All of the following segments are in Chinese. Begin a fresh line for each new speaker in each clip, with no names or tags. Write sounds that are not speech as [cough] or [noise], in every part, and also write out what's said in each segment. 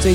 最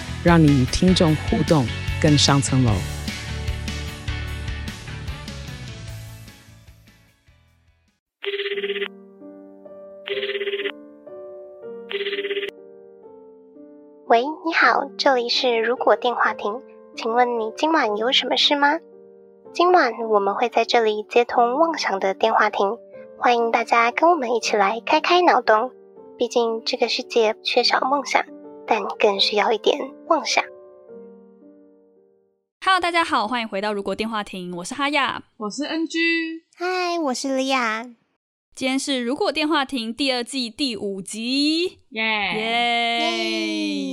让你与听众互动更上层楼。
喂，你好，这里是如果电话亭，请问你今晚有什么事吗？今晚我们会在这里接通妄想的电话亭，欢迎大家跟我们一起来开开脑洞。毕竟这个世界缺少梦想，但更需要一点妄想。
Hello，大家好，欢迎回到《如果电话亭》，我是哈亚。
我是 NG，
嗨，我是莉亚。
今天是《如果电话亭》第二季第五集，
耶、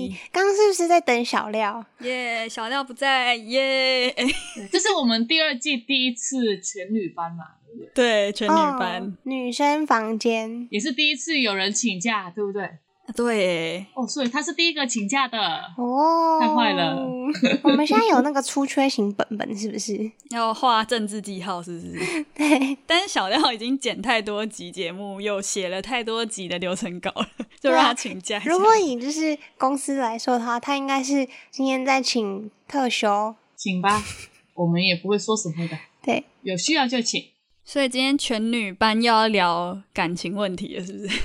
耶
刚刚是不是在等小廖？
耶！小廖不在，耶！ [laughs]
对这是我们第二季第一次全女班嘛，
对，全女班
哦，女生房间。
也是第一次有人请假，对不对？
对，
哦，所以他是第一个请假的。
哦，
太坏了！
我们现在有那个出缺型本本，是不是？
要画政治记号，是不是？
[laughs] 对，
但是小廖已经剪太多集节目，又写了太多集的流程稿了， [laughs] 就
对啊
让他请假一下。
如果以就是公司来说的话，他应该是今天在请特休，
请吧，我们也不会说什么的，
对，
有需要就请。
所以今天全女班又要聊感情问题了，是不是？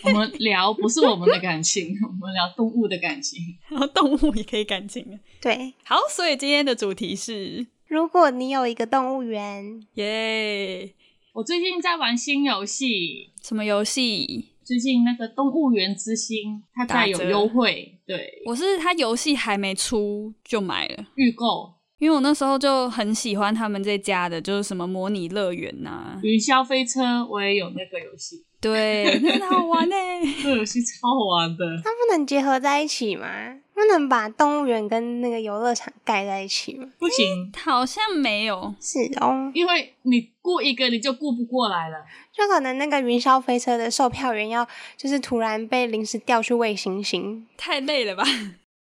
[laughs]
我们聊不是我们的感情， [laughs] 我们聊动物的感情。
然后动物也可以感情了。
对。
好，所以今天的主题是
如果你有一个动物园，
耶
我最近在玩新游戏，
什么游戏？
最近那个《动物园之星》它在有
打折
优惠，对，
我是它游戏还没出就买了，
预购
因为我那时候就很喜欢他们这家的，就是什么模拟乐园 [laughs] 呐、
云霄飞车，我也有那个游戏，
对，那很好玩呢、欸
这个游戏超好玩的。
它不能结合在一起吗？不能把动物园跟那个游乐场盖在一起吗？
不行，
[laughs] 好像没有，
是哦，
因为你顾一个你就顾不过来了。
就可能那个云霄飞车的售票员要就是突然被临时调去喂星星，
太累了吧？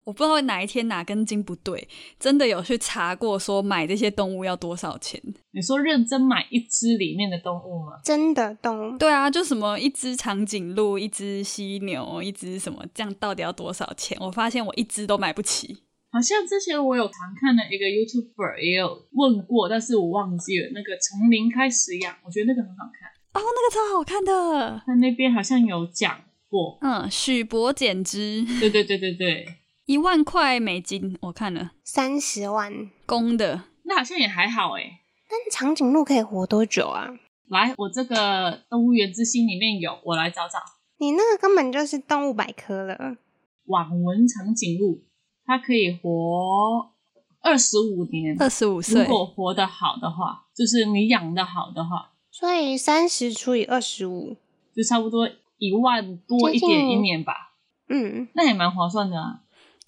我不知道哪一天哪根筋不对，真的有去查过说买这些动物要多少钱。
你说认真买一只里面的动物吗？
真的动物
对啊，就什么一只长颈鹿、一只犀牛、一只什么，这样到底要多少钱？我发现我一只都买不起。
好像之前我有常看的一个 YouTuber 也有问过，但是我忘记了那个从零开始养，我觉得那个很好看。
哦，那个超好看的，
他那边好像有讲过，
嗯，许博减脂
对对对对对，
一万块美金，我看了
三十万，
公的，
那好像也还好哎。
但长颈鹿可以活多久啊？
来，我这个动物园之心里面有，我来找找
你那个根本就是动物百科了，
网纹长颈鹿，它可以活二十五年，
二十五
如
岁，
果活得好的话，就是你养得好的话，
所以三十除以二十五，
就差不多一万多
接
一
近
点一年吧，
嗯，
那也蛮划算的啊。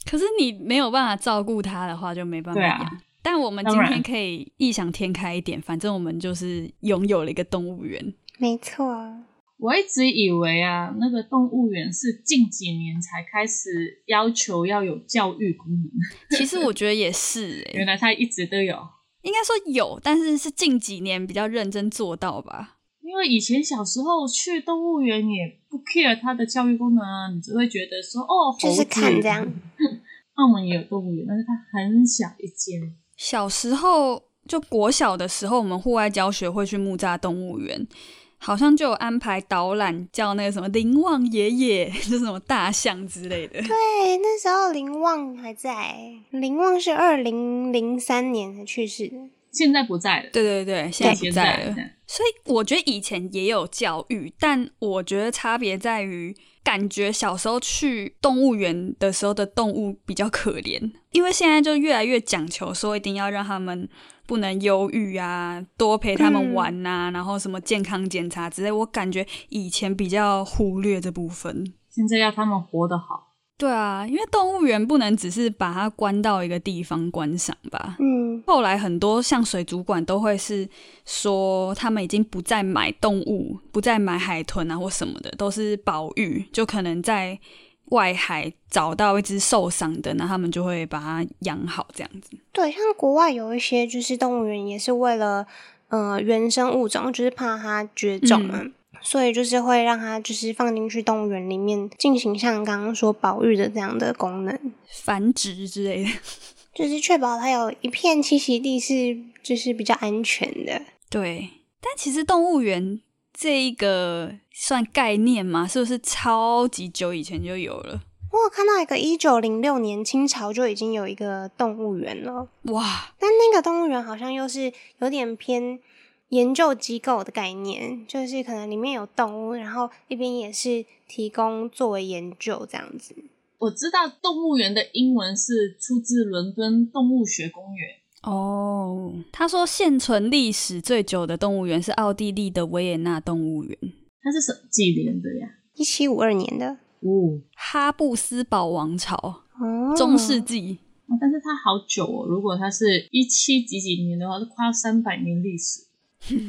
可是你没有办法照顾它的话，就没办法
对
养。
啊
但我们今
当然
天可以异想天开一点，反正我们就是拥有了一个动物园。
没错，啊
我一直以为啊，那个动物园是近几年才开始要求要有教育功能，
其实我觉得也是、欸，
[laughs] 原来它一直都有。
应该说有，但是是近几年比较认真做到吧。
因为以前小时候去动物园也不 care 它的教育功能啊，你只会觉得说哦，猴
就
子
是看这样。
[laughs] 澳门也有动物园，但是它很小一间，
小时候就国小的时候，我们户外教学会去木栅动物园，好像就有安排导览，叫那个什么林旺爷爷， [laughs] 就是什么大象之类的。 [laughs]
对，那时候林旺还在，林旺是二零零三年才去世的，
现在不在了。
对对对，现在不
现
在
在
了
这。样
所以我觉得以前也有教育，但我觉得差别在于，感觉小时候去动物园的时候的动物比较可怜，因为现在就越来越讲求说一定要让他们不能忧郁啊，多陪他们玩呐、然后什么健康检查之类，我感觉以前比较忽略这部分。
现在要他们活得好，
对啊，因为动物园不能只是把它关到一个地方观赏吧。
嗯，
后来很多像水族馆都会是说，他们已经不再买动物，不再买海豚啊或什么的，都是保育，就可能在外海找到一只受伤的，那他们就会把它养好这样子。
对，像国外有一些就是动物园也是为了呃原生物种，就是怕它绝种嘛，所以就是会让它就是放进去动物园里面进行像刚刚说保育的这样的功能，
繁殖之类的。
就是确保它有一片栖息地是就是比较安全的。
对，但其实动物园这一个算概念吗？是不是超级久以前就有了？
我有看到一个一九零六年清朝就已经有一个动物园了，
哇，
但那个动物园好像又是有点偏研究机构的概念，就是可能里面有动物，然后一边也是提供作为研究这样子。
我知道动物园的英文是出自伦敦动物学公园，
哦，他说现存历史最久的动物园是奥地利的维也纳动物园。
它是什几年的呀？
一七五二年的
哦，
哈布斯堡王朝
哦，
中世纪，
哦但是它好久哦。如果它是一七几几年的话，是快三百年历史。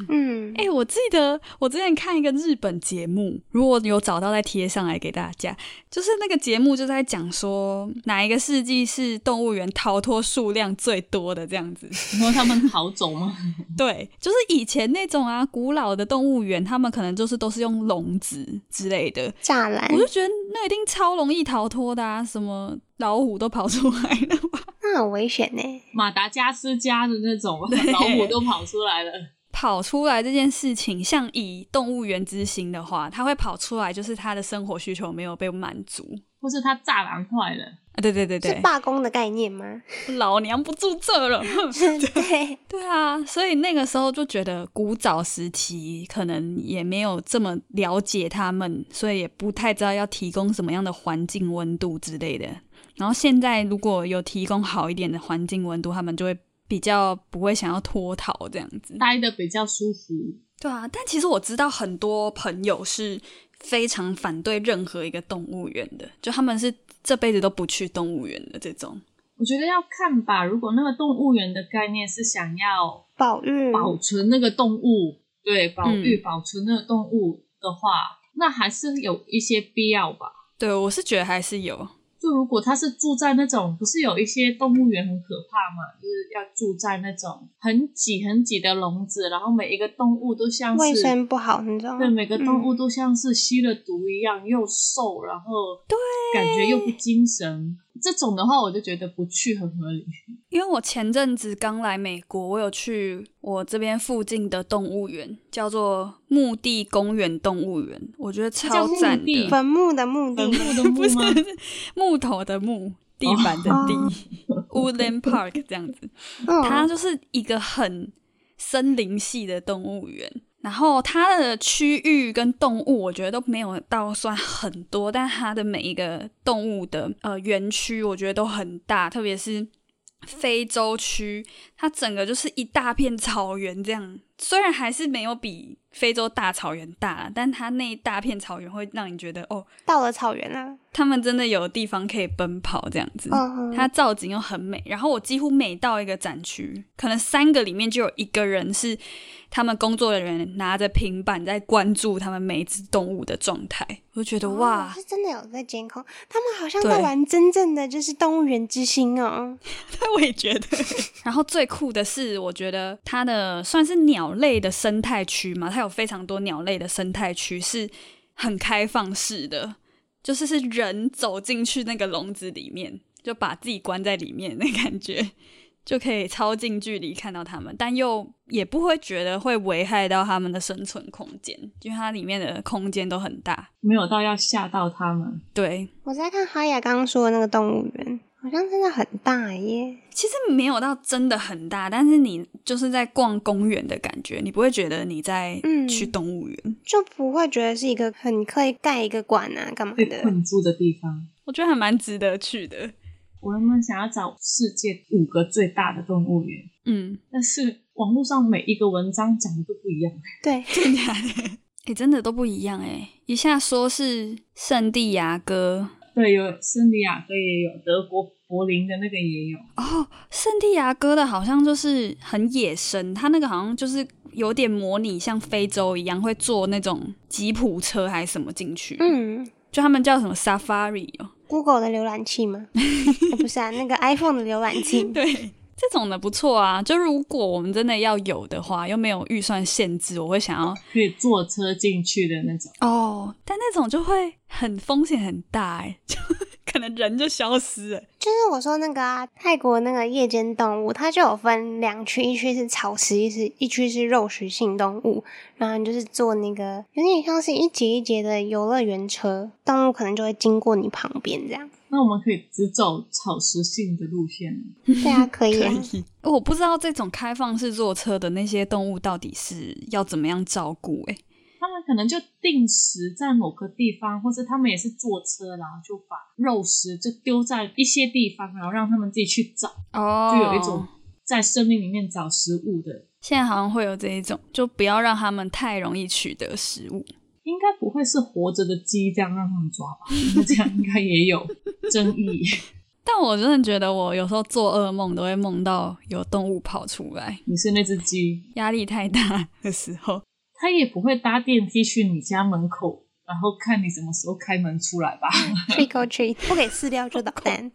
嗯，
哎、我记得我之前看一个日本节目，如果有找到再贴上来给大家。就是那个节目就在讲说哪一个世纪是动物园逃脱数量最多的这样子。
你说他们好走吗？
对，就是以前那种啊古老的动物园，他们可能就是都是用笼子之类的。
栅栏
我就觉得那一定超容易逃脱的啊，什么老虎都跑出来了吧，
那很危险呢。
马达加斯加的那种
对
老虎都跑出来了，
跑出来这件事情，像以动物园之行的话，它会跑出来，就是它的生活需求没有被满足
或是它栅栏坏了。
啊，对对对
是
对，
罢工的概念吗？ [laughs]
老娘不住这了，哼
对，
[laughs] 对啊，所以那个时候就觉得古早时期可能也没有这么了解他们，所以也不太知道要提供什么样的环境温度之类的。然后现在如果有提供好一点的环境温度，他们就会比较不会想要脱逃这样子。
待的比较舒服。
对啊，但其实我知道很多朋友是非常反对任何一个动物园的，就他们是这辈子都不去动物园的这种。
我觉得要看吧，如果那个动物园的概念是想要
保育
保存那个动物，对，保育、
嗯
保存那个动物的话，那还是有一些必要吧。
对，我是觉得还是有，
就如果它是住在那种，不是有一些动物园很可怕嘛，就是要住在那种很挤很挤的笼子，然后每一个动物都像
卫
是
生不好那种，
对，每个动
嗯
物都像是吸了毒一样，又瘦，然后对，感觉又不精神。这种的话，我就觉得不去很合理。
因为我前阵子刚来美国，我有去我这边附近的动物园，叫做墓地公园动物园，我觉得
它
超
叫墓
赞
地
的。
嗯坟墓的墓地
坟，墓
[laughs]
的墓吗？
木头的木，地板的地、w
哦
o o d l a n d Park 这样子。它
嗯，
就是一个很森林系的动物园。然后它的区域跟动物，我觉得都没有到算很多，但它的每一个动物的呃园区，我觉得都很大，特别是非洲区，它整个就是一大片草原这样。虽然还是没有比非洲大草原大，但它那一大片草原会让你觉得哦，
到了草原了，
他们真的有地方可以奔跑这样子。
嗯，
它造景又很美，然后我几乎每到一个展区，可能三个里面就有一个人是他们工作人员拿着平板在关注他们每一只动物的状态，我就觉得
哦
哇，
是真的有在监控，他们好像
对
在玩真正的就是动物园之星哦。
我也觉得。 [laughs] 然后最酷的是，我觉得它的算是鸟类的生态区嘛，它有非常多鸟类的生态区是很开放式的，就是是人走进去那个笼子里面，就把自己关在里面那感觉。就可以超近距离看到它们，但又也不会觉得会危害到它们的生存空间，因为它里面的空间都很大。
没有到要吓到他们。
对，
我在看哈雅刚刚说的那个动物园，好像真的很大耶。
其实没有到真的很大，但是你就是在逛公园的感觉，你不会觉得你在
嗯
去动物园。
就不会觉得是一个很刻意盖一个馆啊，干嘛
被
的？
困住的地方。
我觉得还蛮值得去的。
我原本想要找世界五个最大的动物园，
嗯， [laughs]
但是网络上每一个文章讲的都不一样。
对，
真的假的？哎、真的都不一样哎、一下说是圣地亚哥，
对，有圣地亚哥也有，德国柏林的那个也有。
哦，圣地亚哥的好像就是很野生，它那个好像就是有点模拟像非洲一样，会坐那种吉普车还是什么进去。，
嗯
就他们叫什么 Safari 哦。
，Google 的浏览器吗？哦不是 [laughs] 啊，那个 iPhone 的浏览器。
对，这种的不错啊。就如果我们真的要有的话，又没有预算限制，我会想要
可以坐车进去的那种。
哦，但那种就会很风险很大哎、 [laughs] 就可能人就消失了。
就是我说那个啊，泰国那个夜间动物，它就有分两区，一区是草食，一是一区是肉食性动物。然后你就是坐那个有点像是一节一节的游乐园车，动物可能就会经过你旁边这样。
那我们可以只走草食性的路线，
对啊， [laughs] 可以啊。
以。嗯我不知道这种开放式坐车的那些动物到底是要怎么样照顾哎、
他们可能就定时在某个地方，或者他们也是坐车，然后就把肉食就丢在一些地方，然后让他们自己去找，
哦
就有一种在生命里面找食物的。
现在好像会有这一种，就不要让他们太容易取得食物。
应该不会是活着的鸡这样让他们抓吧？ [laughs] 这样应该也有争议。
但我真的觉得，我有时候做噩梦都会梦到有动物跑出来，
你是那只鸡，
压力太大的时候。
它也不会搭电梯去你家门口，然后看你什么时候开门出来吧？ [laughs]
Trick or treat，不给饲料就捣蛋。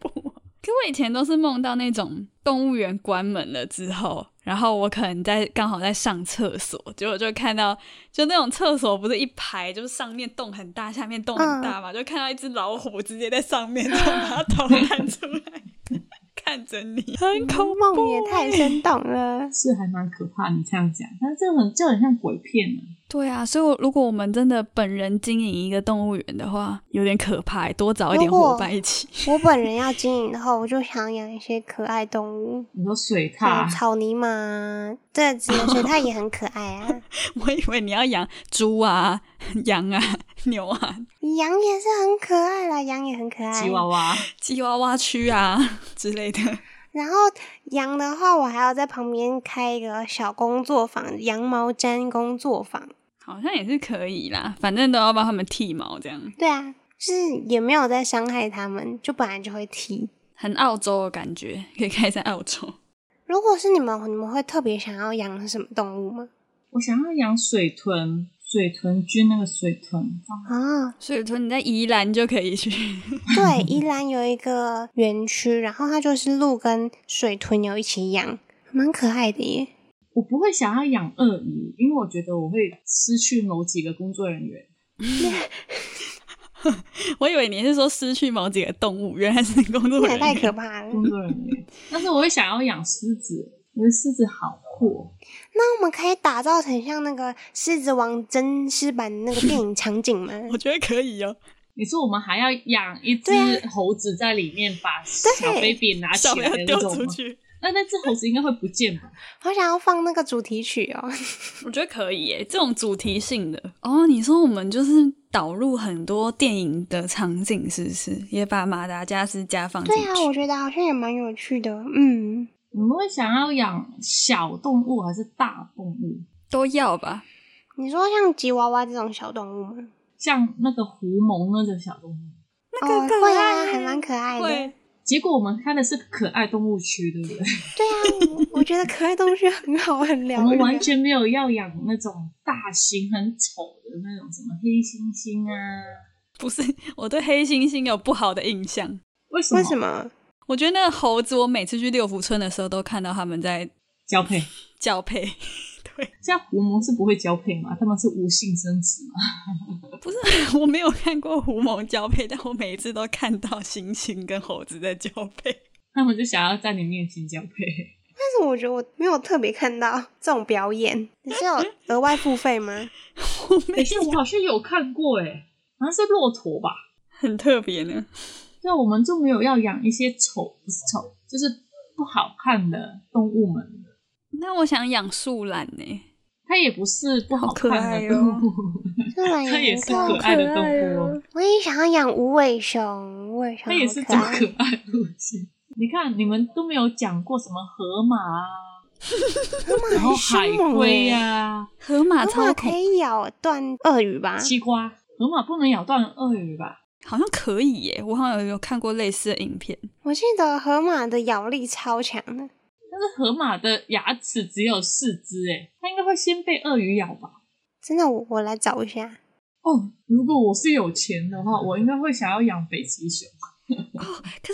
可我以前都是梦到那种动物园关门了之后，然后我可能在刚好在上厕所，结果就看到就那种厕所不是一排，就是上面洞很大，下面洞很
嗯
大嘛，就看到一只老虎直接在
[laughs]
上面，就把它头探出来 [laughs] 看着你，很恐怖。
梦也太生动了。
是还蛮可怕，你这样讲，但是这很就很像鬼片啊。
对啊，所以我如果我们真的本人经营一个动物园的话，有点可怕，欸多找一点
如果
伙伴一起。 [laughs]
我本人要经营的话，我就想养一些可爱动物，
[laughs] 你说水
像
獭，
草泥马，这只有水獭也很可爱
[laughs]
啊，
我以为你要养猪啊、 [laughs] 羊啊、牛啊、
羊也是很可爱啦，羊也很可爱
吉。娃娃，
吉娃娃区啊 [laughs] 之类的。
然后羊的话，我还要在旁边开一个小工作坊，羊毛毡工作坊。
好像也是可以啦，反正都要帮他们剃毛，这样
对啊，就是也没有在伤害它们，就本来就会剃。
很澳洲的感觉，可以开在澳洲。
如果是你们，你们会特别想要养什么动物吗？
我想要养水豚，水豚君那个水豚，
啊，
所以说你在宜兰就可以去， [laughs]
对，宜兰有一个园区，然后它就是鹿跟水豚有一起养，蛮可爱的耶。
我不会想要养鳄鱼，因为我觉得我会失去某几个工作人员。
我以为你是说失去某几个动物，原来是工作
那
人
也太
员。
可怕
[laughs]
了。
工作人员，但是我会想要养狮子，我觉得狮子好酷。哦
那我们可以打造成像那个《狮子王》真狮版的那个电影场景吗？ [laughs]
我觉得可以哦，
你说我们还要养一只
对
猴子在里面，把小 baby 拿起
小朋
来
友
的那
丢
种
出
吗？
去，
那那只猴子应该会不见吧？
好想要放那个主题曲哦。
我觉得可以耶。这种主题性的哦，你说我们就是导入很多电影的场景，是不是？也把马达加斯加放进
对
去。
啊，我觉得好像也蛮有趣的。嗯，
你们会想要养小动物还是大动物？
都要吧，
你说像吉娃娃这种小动物吗？
像那个狐獴那种小动物。
哦
可，
会啊，
爱
还蛮可爱的。
会
结果我们开的是可爱动物区，对不对？
对啊，我我觉得可爱东西很好，很疗
我们
愈啊。
完全没有要养那种大型很丑的那种什么黑猩猩啊？
不是？我对黑猩猩有不好的印象。
为什么？
为什么？
我觉得那个猴子，我每次去六福村的时候都看到他们在
交配？
交配， [laughs]
像狐獴是不会交配嘛？它们是无性生殖 [laughs] 嘛？
不是我没有看过狐獴交配，但我每一次都看到猩猩跟猴子在交配。 [laughs]
它们就想要在你面前交配。
但是我觉得我没有特别看到这种表演。你是有额外付费 [laughs] 吗？
我
等一
每
下，我好像有看过诶、好像是骆驼吧？
很特别呢，
对，我们就没有要养一些丑，不是丑，就是不好看的动物们。
那我想养树懒呢，
它也不是不好
好可爱
看的
哦
动物，
[laughs] 虽然
它也是
很
可爱的动物哦，
我也想要养无尾熊，无尾熊
它也是
好
走
可爱
可。爱路线。你看，你们都没有讲过什么河马啊，然后
很凶
海
猛
龟啊
欸
呀、
河
河马
马超
可
恐，
以咬断鳄鱼吧？
西瓜。河马不能咬断鳄鱼吧？
好像可以耶，我好像有有看过类似的影片。
我记得河马的咬力超强的，
但是河马的牙齿只有四只，哎，它应该会先被鳄鱼咬吧？
真的，我我来找一下。
哦，如果我是有钱的话，我应该会想要养北极熊。
可是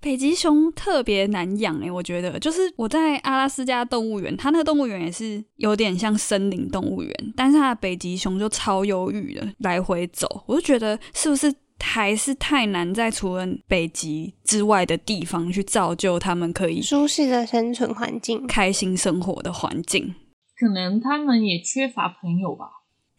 北极熊特别难养欸诶、我觉得就是我在阿拉斯加动物园，它那个动物园也是有点像森林动物园，但是它的北极熊就超忧郁的，来回走，我就觉得是不是还是太难在除了北极之外的地方去造就它们可以
舒适的生存环境，
开心生活的环境。
可能他们也缺乏朋友吧？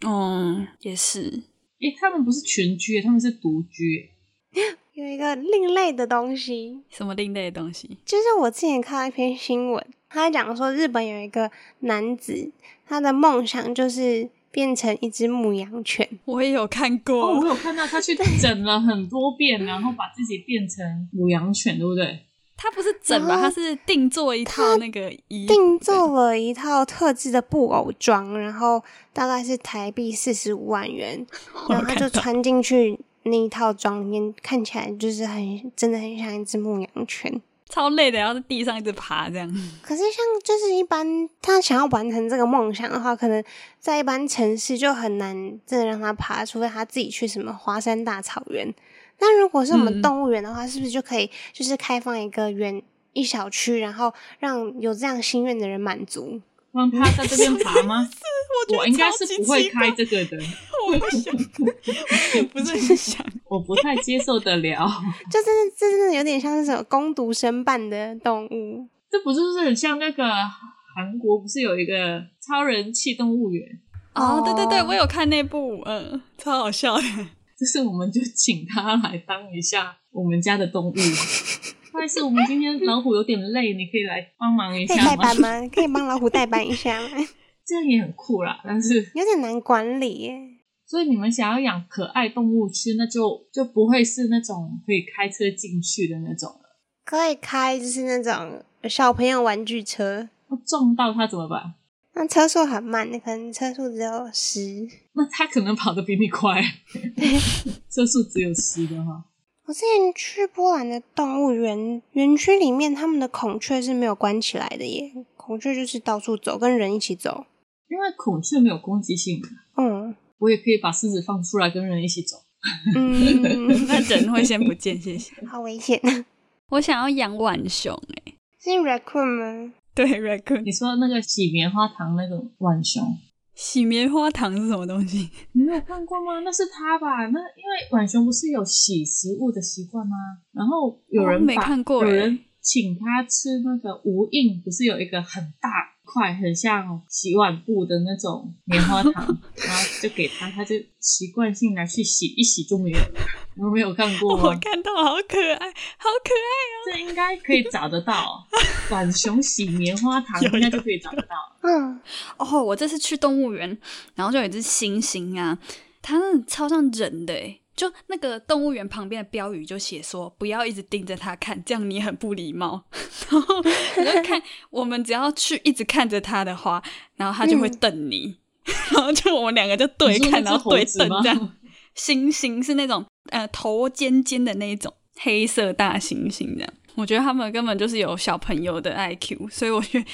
嗯，也是，
诶，他们不是群居，欸他们是独居欸耶。
有一个另类的东西。
什么另类的东西？
就是我之前看到一篇新闻，他讲说日本有一个男子，他的梦想就是变成一只牧羊犬。
我也有看过，
哦，我有看到他去整了很多遍，然后把自己变成母羊犬，对不对？
它不是整吧，
啊
它是定做一套那个仪
定做了一套特制的布偶装，然后大概是台币四十五万
[laughs]
元，然后他就穿进去那一套装里面，看起来就是很真的很像一只牧羊犬。
超累的，要在地上一直爬这样。
可是像就是一般他想要完成这个梦想的话，可能在一般城市就很难真的让他爬，除非他自己去什么华山大草原。那如果是我们
嗯
动物园的话，是不是就可以就是开放一个园一小区，然后让有这样心愿的人满足？
让他在这边爬吗？
觉得
[laughs] 我应该
超
是
级
不会
奇
开这个 [laughs] 的，
[laughs] 我不想，我也不是很想。
[laughs] 我不太接受得了。
就真的，这真的有点像是什么攻读生办的动物，
这不就是很像那个韩国不是有一个超人气动物园？
[laughs] 哦，对对对，
哦
我有看那部，嗯，超好笑的。
就是我们就请他来当一下我们家的动物。不好意思，我们今天老虎有点累，你可以来帮忙一
可以
下
代
吗
班？吗？可以帮老虎代班一下吗？
这样也很酷啦。但是，
有点难管理耶。
所以你们想要养可爱动物区，那就就不会是那种可以开车进去的那种了。
可以开就是那种小朋友玩具车，
那撞到它怎么办？
那车速很慢，可能车速只有十。
那它可能跑得比你快，车速只有十的话，
我之前去波兰的动物园园区里面，他们的孔雀是没有关起来的耶，孔雀就是到处走，跟人一起走。
因为孔雀没有攻击性，
嗯
我也可以把狮子放出来跟人一起走。
[laughs]
嗯，
那人会先不见，谢谢。
好危险，
[laughs]
[laughs]
我想要养浣熊、欸，
是 raccoon 吗？
对，raccoon。
你说那个洗棉花糖那个浣熊，
洗棉花糖是什么东西？
你没有看过吗？那是他吧？那因为浣熊不是有洗食物的习惯吗？然后有人
我没
把
看过
有
欸
人请他吃那个无印，不是有一个很大块，很像洗碗布的那种棉花
[laughs]
糖，然后就给他，他就习惯性拿去洗，一洗就没有了。你们没有看过
我
吗？
看到好可爱，好可爱。
这应该可以找得到，浣熊洗棉花
[laughs]
糖应该就可以找得到。
嗯，
哦，我这次去动物园，然后就有一只猩猩啊，它那超像人的、欸。就那个动物园旁边的标语就写说，不要一直盯着它看，这样你很不礼貌。 [laughs] 然后你就看，我们只要去一直看着它的话，然后它就会瞪你， [laughs] 然后就我们两个就对看，
嗯
然
你说那只
后对
猴子
瞪
吗
这样。猩猩是那种呃头尖尖的那一种黑色大猩猩这样。我觉得他们根本就是有小朋友的 IQ，所以我觉得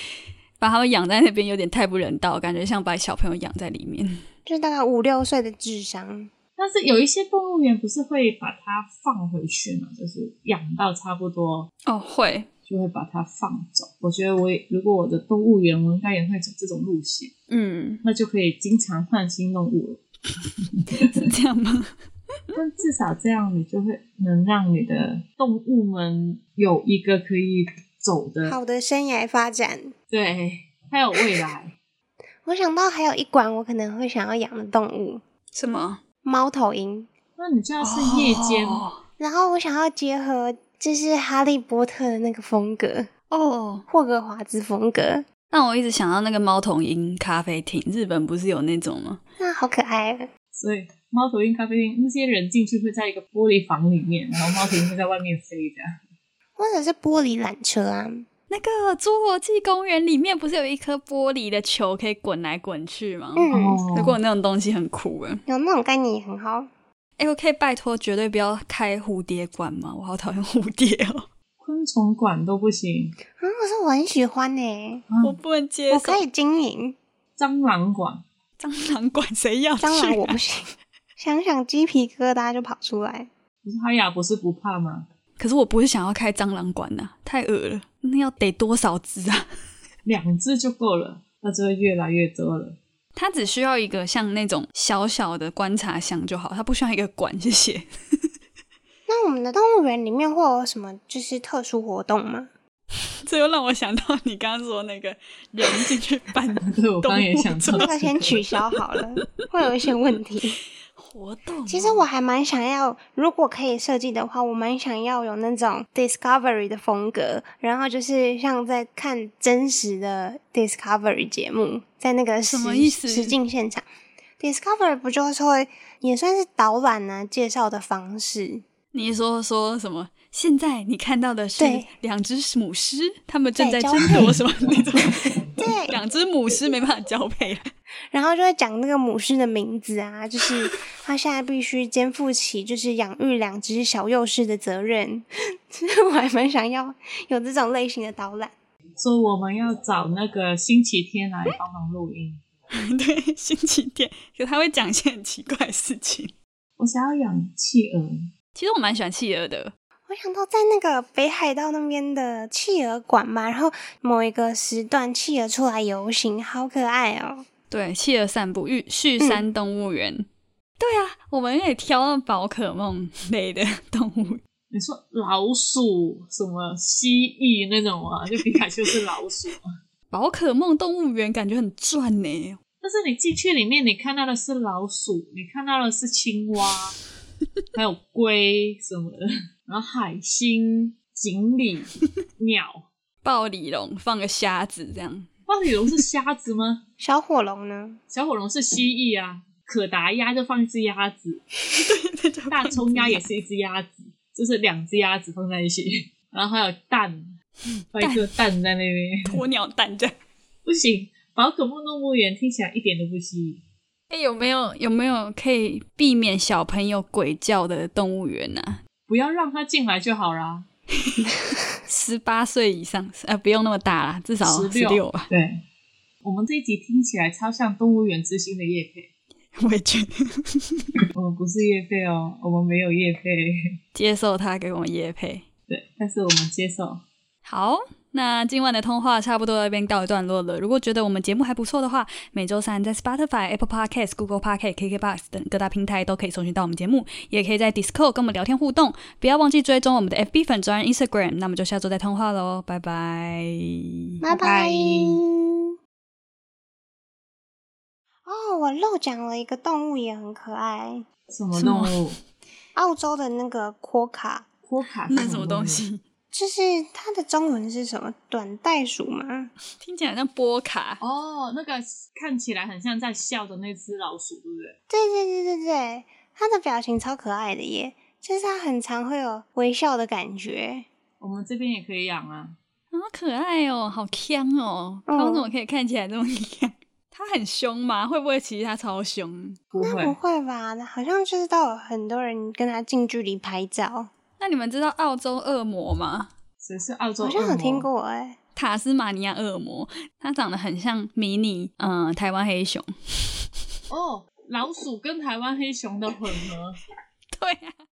把他们养在那边有点太不人道，感觉像把小朋友养在里面。
就是大概五六岁的智商。
[laughs] 但是有一些动物园不是会把它放回去嘛，就是养到差不多
[laughs] 哦，会，
就会把它放走。我觉得我也如果我的动物园，我应该也会走这种路线，
嗯，
那就可以经常换新动物了。
是这样吗？
但至少这样，你就会能让你的动物们有一个可以走的，
好的生涯发展，
对，还有未来。
我想到还有一馆我可能会想要养的动物，
什么？
猫头鹰。
那你就要是夜间，
哦
然后我想要结合就是哈利波特的那个风格，
哦，
霍格华兹风格，
让我一直想到那个猫头鹰咖啡厅，日本不是有那种吗？
那好可爱啊！
所以猫头鹰咖啡厅那些人进去会在一个玻璃房里面，然后猫头鹰会在外面飞这样。
或者是玻璃缆车啊，
那个侏罗纪公园里面不是有一颗玻璃的球可以滚来滚去吗？
嗯，
哦
如果那种东西很酷哎、
有那种概念也很好。啊
哎、我可以拜托绝对不要开蝴蝶馆吗？我好讨厌蝴蝶哦，
昆虫馆都不行，
啊，可是我很喜欢呢、
我不能接
嗯我
受
可。以经营
蟑螂馆
蟑螂馆谁要去、啊？
蟑螂，我不行。 [laughs] 想想鸡皮疙瘩就跑出来。
不是哈雅不是不怕吗？
可是我不是想要开蟑螂馆呐、啊太恶了，那要得多少只啊？
两只就够了，那就会越来越多了。
它只需要一个像那种小小的观察箱就好，它不需要一个馆，谢谢。 [laughs]
那我们的动物园里面会有什么就是特殊活动吗？
这又让我想到你刚刚说那个人进去
[laughs]
办
对，我刚刚也想
动
到
物
那个先取消好了，会有一些问题。
活动，
其实我还蛮想要，如果可以设计的话，我蛮想要有那种 Discovery 的风格，然后就是像在看真实的 Discovery 节目，在那个
什
实
么意思
实境现场，Discovery 不就是会也算是导览呢、介绍的方式，
你说说什么？现在你看到的是
对
两只母狮，它们正在
在
争
交配
夺什么那种？
对
两只母狮没办法交配啊， [laughs]
然后就会讲那个母狮的名字啊，就是
[laughs]
它现在必须肩负起就是养育两只小幼狮的责任， [laughs] 其实我还蛮想要有这种类型的导览。
说我们要找那个星期天来帮忙录音。
对，星期天，就它会讲一些很奇怪的事情。
我想要养企鹅，
其实我蛮喜欢企鹅的，
我想到在那个北海道那边的企鹅馆嘛，然后某一个时段企鹅出来游行，好可爱哦！
对，企鹅散步，玉旭山动物园。对啊，我们也挑宝可梦类的动物
你说老鼠什么蜥蜴那种啊？ [laughs] 就皮卡丘是老鼠啊，
宝可梦动物园感觉很赚呢。
但是你进去里面，你看到的是老鼠，你看到的是青蛙，还有龟什么的，然后海星、锦鲤、鸟。
暴鲤龙放个虾子这 [laughs] 样，
暴鲤龙是虾子吗？
小火龙呢？
小火龙是蜥蜴啊，可达鸭就放一只鸭子，大葱鸭也是一只鸭子，就是两只鸭子放在一起，然后还有蛋，放一颗蛋在那边。
鸵 [laughs] 鸟蛋这样。
不行，宝可梦动物园听起来一点都不吸引。
哎、有没有有没有可以避免小朋友鬼叫的动物园啊？
不要让它进来就好啦。
十八岁以上，呃，不用那么大啦，至少十
16
六吧。
对，我们这一集听起来超像动物园之星的叶配，
我也觉得
我们不是叶配哦，我们没有叶配。
接受他给我们夜配。
对，但是我们接受。
好，那今晚的通话差不多到这边告一段落了。如果觉得我们节目还不错的话，每周三在 Spotify、Apple Podcast、Google Podcast、KKBox 等各大平台都可以搜寻到我们节目，也可以在 Discord 跟我们聊天互动。不要忘记追踪我们的 FB 粉专 Instagram。那我们就下周再通话喽，拜拜。
拜拜
拜。
哦，我漏讲了一个动物也很可爱，
什么
什么
动物？
[laughs]
澳洲的那个阔卡，
波卡是
那什么东
物？
西？
就是它的中文是什么？短袋鼠吗？
听起来像波卡。
哦，那个看起来很像在笑的那只老鼠，对不对？
对对对对对，它的表情超可爱的耶，就是它很常会有微笑的感觉。
我们这边也可以养啊。
好可爱哦，好香哦！
嗯
它为什么可以看起来这么香？它很凶吗？会不会其实它超凶？
不
那
会
不，会吧？好像就是都有很多人跟他近距离拍照，
那你们知道澳洲恶魔吗？
谁是澳洲？
好像有听。过哎、
塔斯马尼亚恶魔，它长得很像迷你，嗯、台湾黑熊。
哦，老鼠跟台湾黑熊的混合。
对啊，